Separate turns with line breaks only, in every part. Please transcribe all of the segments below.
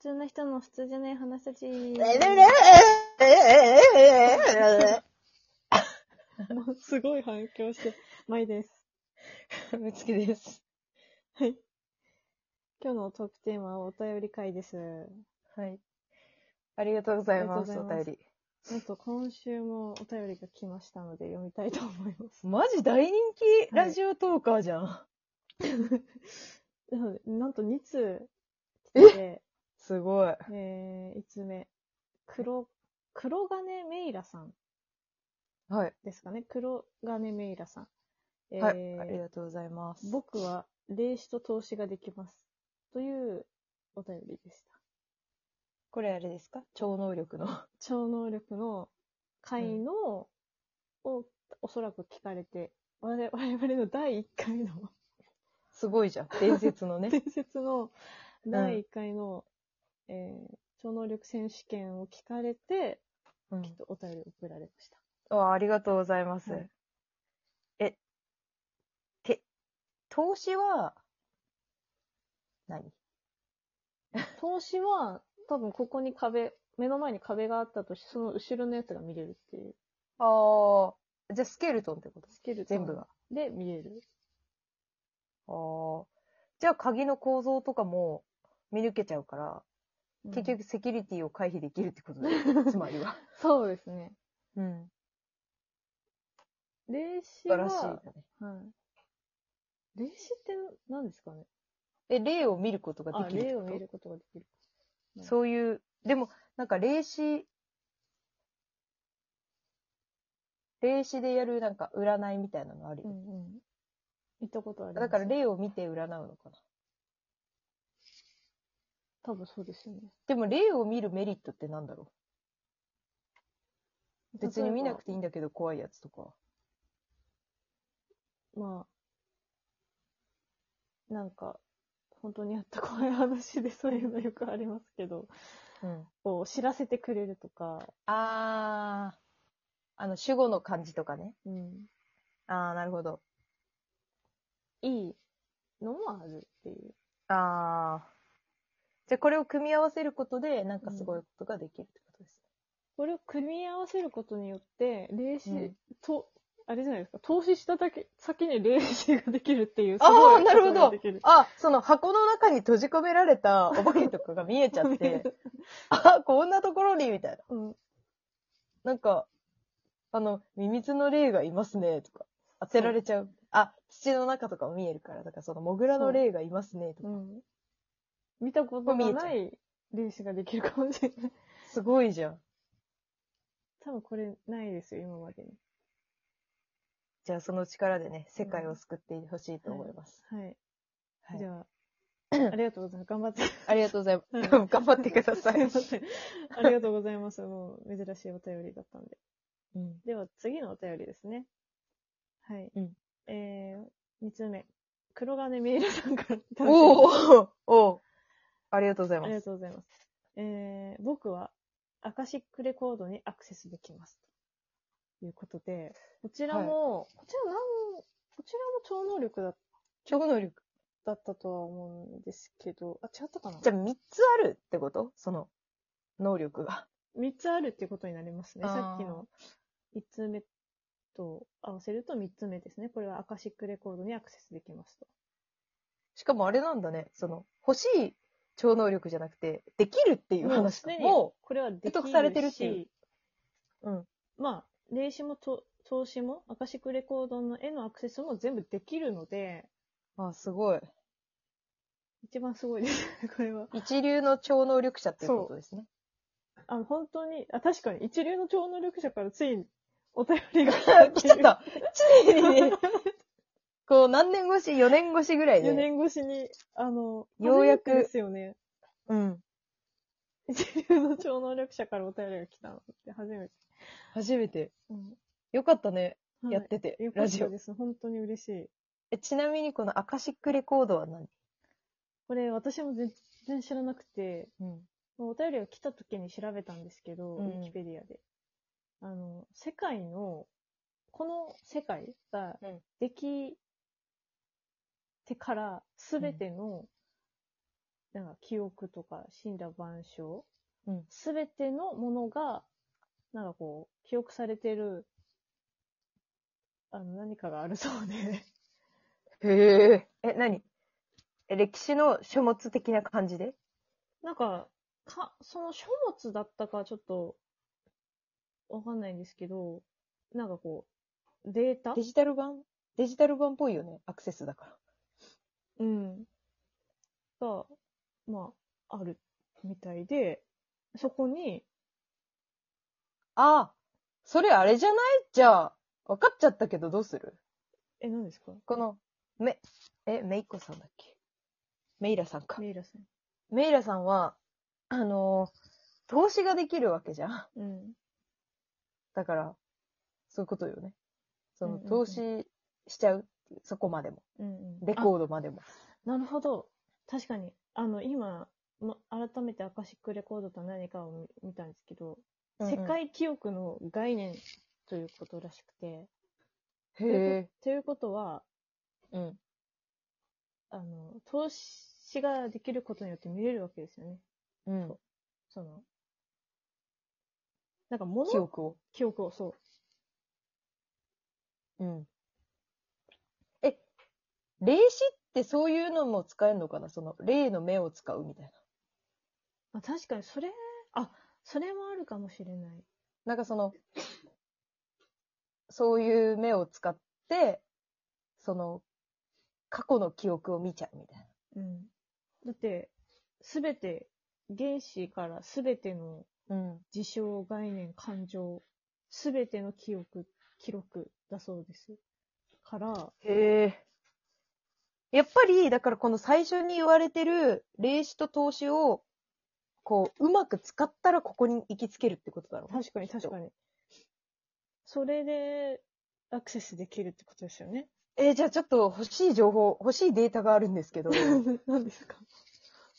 通な人の普通じゃない話たち。もうすごい反響して、まいです。
ぶつきです。
今日のトークテーマはお便り会です。
はい。ありがとうございます、
ありがとう
お
ございます
便り。
なんと今週もお便りが来ましたので読みたいと思います。
マジ大人気ラジオトーカーじゃん。
なのでなんと2通来てて、
すごい。
えー、5つ目。黒、黒金メイラさん
はい。
ですかね。黒金メイラさん。えー
はい。ありがとうございます。
僕は霊視と投資ができます。というお便りでした。
これあれですか超能力の。
超能力の回の、をおそらく聞かれて、我々我々の第1回の、
すごいじゃん。伝説 のね。
伝説の第1回の、えー超能力選手権を聞かれて、
う
きっ
ん。
とお便りを送られました。
あありがとうございます。
はい
え、て、投資は、何
投資は、多分ここに壁、目の前に壁があったとして、その後ろのやつが見れるっていう。
ああ、じゃあスケルトンってこと
スケルトン
全部が。
で見れる。
ああ。じゃあ鍵の構造とかも見抜けちゃうから、結
うん
局セキュリティを回避できるってことだよ。 つまりは。
そうですね。
うん。
霊視
素
は、
晴らしいだね。
はい。霊視って何ですかね
え、霊を見ることが
あ、
できるって
霊を
こ
見
と
ることができる。る
そういう、でも、なんか霊視、霊視でやるなんか占いみたいなのある
う
よね。
んうん。行ったことあります。
だから、霊を見て占うのかな。
多分そうですよね。
でも霊を見るメリットってなんだろう別に見なくていいん
だ。
だけど怖いやつとか。
まあ、なんか、本当にあった怖い話でそういうのよくありますけど、
うん。
こう、知らせてくれるとか、
あー。あの、主語の感じとかね。
うん。
あー、なるほど。
いいのもあるっていう。
あー。じゃあこれを組み合わせることで、なんかすごいことができるってことですね。
これを組み合わせることによって、霊視、
うん
と、あれじゃないですか、投資しただけ、先に霊視ができるっていう、
あー
い
なるほ
こ
ど
とができる
あ、その箱の中に閉じ込められたお化けとかが 見えちゃって、あ、こんなところに、みたいな。
うん。
なんか、あの、ミミズの霊がいますね、とか。当てられちゃう。あ、土の中とかも見えるから、だからその、モグラの霊がいますね、と
う
か。
ん。見たことがない霊視ができるかもしれ ない。
すごいじゃん。
多分これないですよ、今までに。
じゃあその力でね、世界を救ってほしいと思います。
はい。
はい
じゃ あ、ありがとうございます。頑張って。
ありがとうございま
はい
す。頑張ってくだ
す
さ
いま
い。
せん。ありがとうございます。もう、珍しいお便りだったんで。
うん
では、次のお便りですね。はい。
うん
えー、2通目。黒金メイラさんからいただきました
おーおーありがとうござい
あ
ま
りが
す。
とうございます。えー、僕はアカシックレコードにアクセスできます。ということで、こちらも、こちらなん、こちらも超能力だ
超能力。
だったとは思うんですけど、あ、違ったかな
じゃあ3つあるってことその、能力が。
?3 つあるってことになりますね。
あー
さっきの1通目と合わせると3つ目ですね。これはアカシックレコードにアクセスできますと。
しかもあれなんだね、その、欲しい超能力じゃなくて、できるっていう
もう
話
すでに
も
これはでき
得されてるっていう
し
うん
まあ、霊視もと投資も、アカシックレコードのへのアクセスも全部できるので、
う、あ、すごい。
一番すごいです、これは。
一流の超能力者っていうことですね。
あの、本当に、あ、確かに、一流の超能力者からついにお便りが来
来ちゃったついにね、
4
こう、何年越し、4年越 しぐらいで。
年越しに、あの、
ようやく
初めてですよね。
うん。
一流の超能力者からお便りが来たのって初めて。
初めて。
うん
よかったね、
はい
やってて、
よか
ラ
っ
ジ
た
オ。
です。本当に嬉しい。
えちなみに、このアカシックレコードは何
これ、私も全然知らなくて、
うん。
お便りが来た時に調べたんですけど、
う
ウ
ん
ィキペディアで。あの、世界の、この世界が
うん
できてから、すべてのなんか記憶とか、死んだ万象
うん、
すべてのものが、なんかこう、記憶されてる、あの、何かがあるそうで、
へえ。え、何え、歴史の書物的な感じで
なんか、か、その書物だったかちょっと、わかんないんですけど、なんかこう、データ
デジタル版デジタル版っぽいよね。アクセスだから。
うん。が、まあ、あるみたいで、そこに、
あ、それあれじゃないじゃあ、分かっちゃったけどどうする
え、何ですか
この、め、え、メイコさんだっけメイラさんか。
メイラさん。
メイラさんは、あのー投資ができるわけじゃん。
うん。
だから、そういうことよね。そ
うん
の、
うんうん
投資しちゃうっていうそこまでも。
うん、うん。
レコードまでも。
あなるほど。確かに、あの、今、ま、改めてアカシックレコードと何かを見見たんですけど、世界記憶の概念ということらしくて、
うんうん。へえ。
ということは、
うん。
あの、投資ができることによって見れるわけですよね。
うん。
その、なんか物
記憶を。
記憶を、そう。
うん。え、霊視ってそういうのも使えるのかなその、霊の目を使うみたいな。
まあ、確かにそれ、あ、それもあるかもしれない。
なんかその、そういう目を使って、その、過去の記憶を見ちゃうみたいな。
うん。だって、すべて、原子からすべての
うん。
事象、概念、感情、すべての記憶、記録だそうです。から、
へえ。やっぱり、だからこの最初に言われてる、霊視と投資を、こう、うまく使ったらここに行きつけるってことだろうね。
確かに確かに。それで、アクセスできるってことですよね。
えーじゃあちょっと欲しい情報、欲しいデータがあるんです けど、
何ですか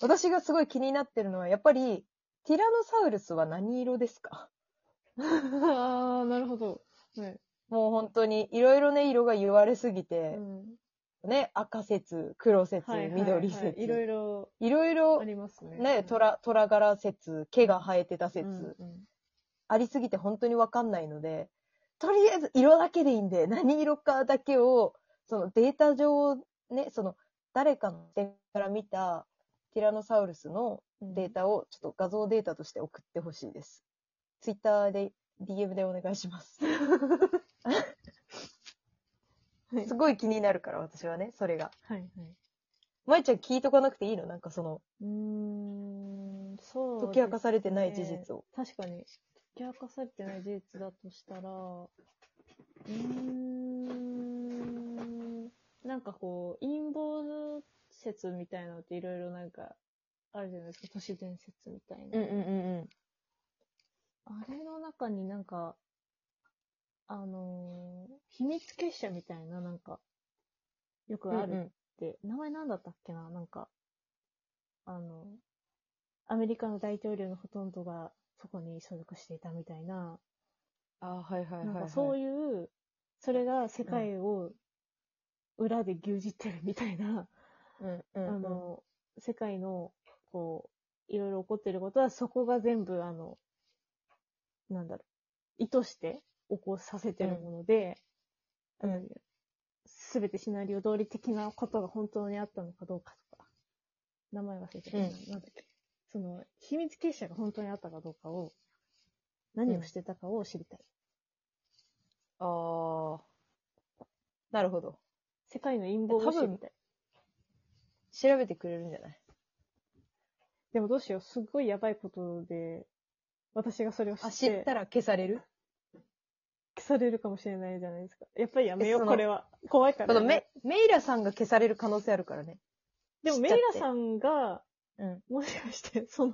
私がすごい気になってるのは、やっぱり、ティラノサウルスは何色ですか
ああ、なるほど。はい。
もう本当に、いろいろね、色が言われすぎて、
うん、
ね、赤説、黒説、
はいはいはい
緑説、
いろいろ
いろいろ
あ、りますね。
ね、虎、虎柄説、毛が生えてた説、
うんうん
ありすぎて本当にわかんないので、とりあえず色だけでいいんで、何色かだけを、そのデータ上、ね、その、誰かの視点から見たティラノサウルスの
うん
データを、ちょっと画像データとして送ってほしいです。ツイッターで、DM でお願いします。
はい
すごい気になるから、私はね、それが。
はいはい。
まいちゃん聞いとかなくていいのなんかその、
うーん、そう、
解き明かされてない事
そうで
実を。
確かに、解き明かされてない事実だとしたら、うーん、なんかこう、陰謀説みたいなのっていろいろなんか、あるじゃないですか、都市伝説みたいな。
うんうんうん。
あれの中になんか、あのー秘密結社みたいな、なんか、よくあるって、名前なんだったっけななんか、あの、アメリカの大統領のほとんどがそこに所属していたみたいな、
あはいはい
なんかそう
う。
いう、それが世界を裏で牛耳ってるみたいな、
うんう
あ
んうん。
の、世界の、こう、いろいろ起こってることは、そこが全部、あの、なんだろう、意図して起こさせてるもので、
うん
すべてシナリオ通り的なことが本当にあったのかどうかとか、名前忘れてたな、
うん
なんだっけ。その、秘密結社が本当にあったかどうかを、何をしてたかを知りたい。
あーなるほど。
世界の陰謀を知
多
り
分
たい。
調べてくれるんじゃない
でもどうしよう、すっごいやばいことで、私がそれを知って。
あ、知ったら消される
消されるかもしれないじゃないですか。やっぱりやめよう、
えその
これは。怖いか
こ
ら、
のメメイラさんが消される可能性あるからね。
でも、
知っ
メイ
ちゃっ
ラ
て
さんが、
うん。
もしかして、その、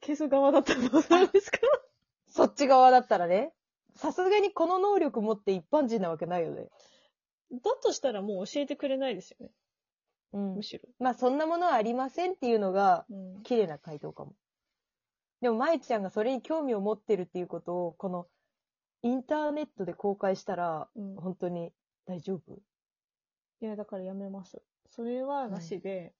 消す側だったらどうするんですか
そっち側だったらね。さすがにこの能力持って一般人なわけないよね。
だとしたらもう教えてくれないですよね。
うん
む。しろ。
まあそんなものはありませんっていうのが、
うん。
綺麗な回答かも。でも、舞ちゃんがそれに興味を持ってるっていうことを、この、インターネットで公開したら、
うん
本当に大丈夫
いや、だからやめます。それはなしで、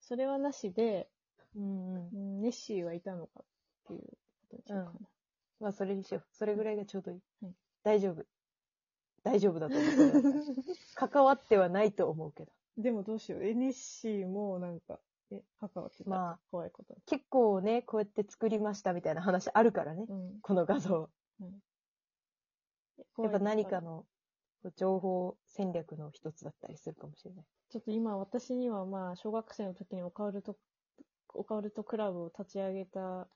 それはなしで、
うんうん。
うんネッシーはいたのかっていうことにしようかな。
まあ、それにしよう。それぐらいがちょうどいい。
はい
大丈夫。大丈夫だと思うこれだった ら。関わってはないと思うけど。
でもどうしよう。え、ネッシーもなんか、え、墓はってた
まあ
ら怖いこと
結構ね、こうやって作りましたみたいな話あるからね。
に。うん。
この画像。や
怖
っ
い
ぱ何かのこう情報戦略の一つだったりするかもしれない。
ちょっと今私にはまあ、小学生の時にオカウルト、オカウルトクラブを立ち上げた、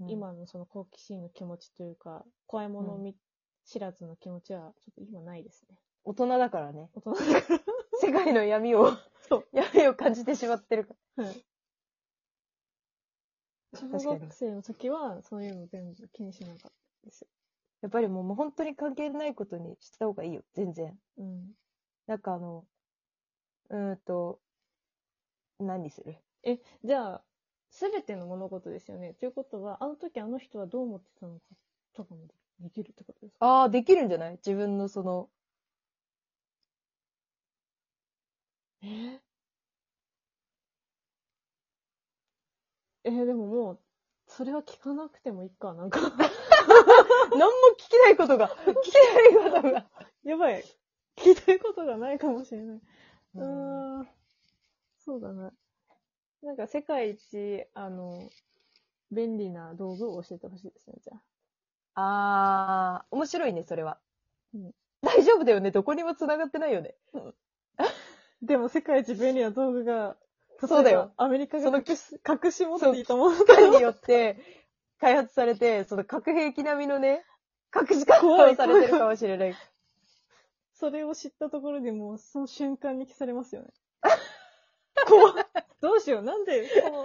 うん、
今のその好奇心の気持ちというか、怖いものを見、知らずの気持ちは、ちょっと今ないですね。
大人だからね。
大人だから。
世界の闇を
そう、
闇を感じてしまってるかかに
小学生の時は、そういうの全部気にしなかったです。
やっぱりもうもう本当に関係ないことにした方がいいよ。全然。
うん。
なんかあの、うーんと、何にする
じゃあ、すべての物事ですよね。ということは、あの時あの人はどう思ってたのかとかもできるってことですか
ああ、できるんじゃない自分のその、
えーえーでももう、それは聞かなくてもいいか。なんか、
何も聞けないことが、聞けないことが。
やばい。聞いたことがないかもしれない。 う
うん
ーん。そうだな。なんか世界一、あの、便利な道具を教えてほしいですね、じゃあ。
ああ、面白いね、それは。
うん
大丈夫だよね、どこにも繋がってないよね。
でも世界一便利な道具が、
そうだよ
例えば。アメリカ
そ
が
の
隠し隠し持っていたもの
機械によって開発されて、その核兵器並みのね、核時間
怖
を
い
されてるかもしれない。
それを知ったところで もうその瞬間に消されますよね。怖っどうしよう、なんでこの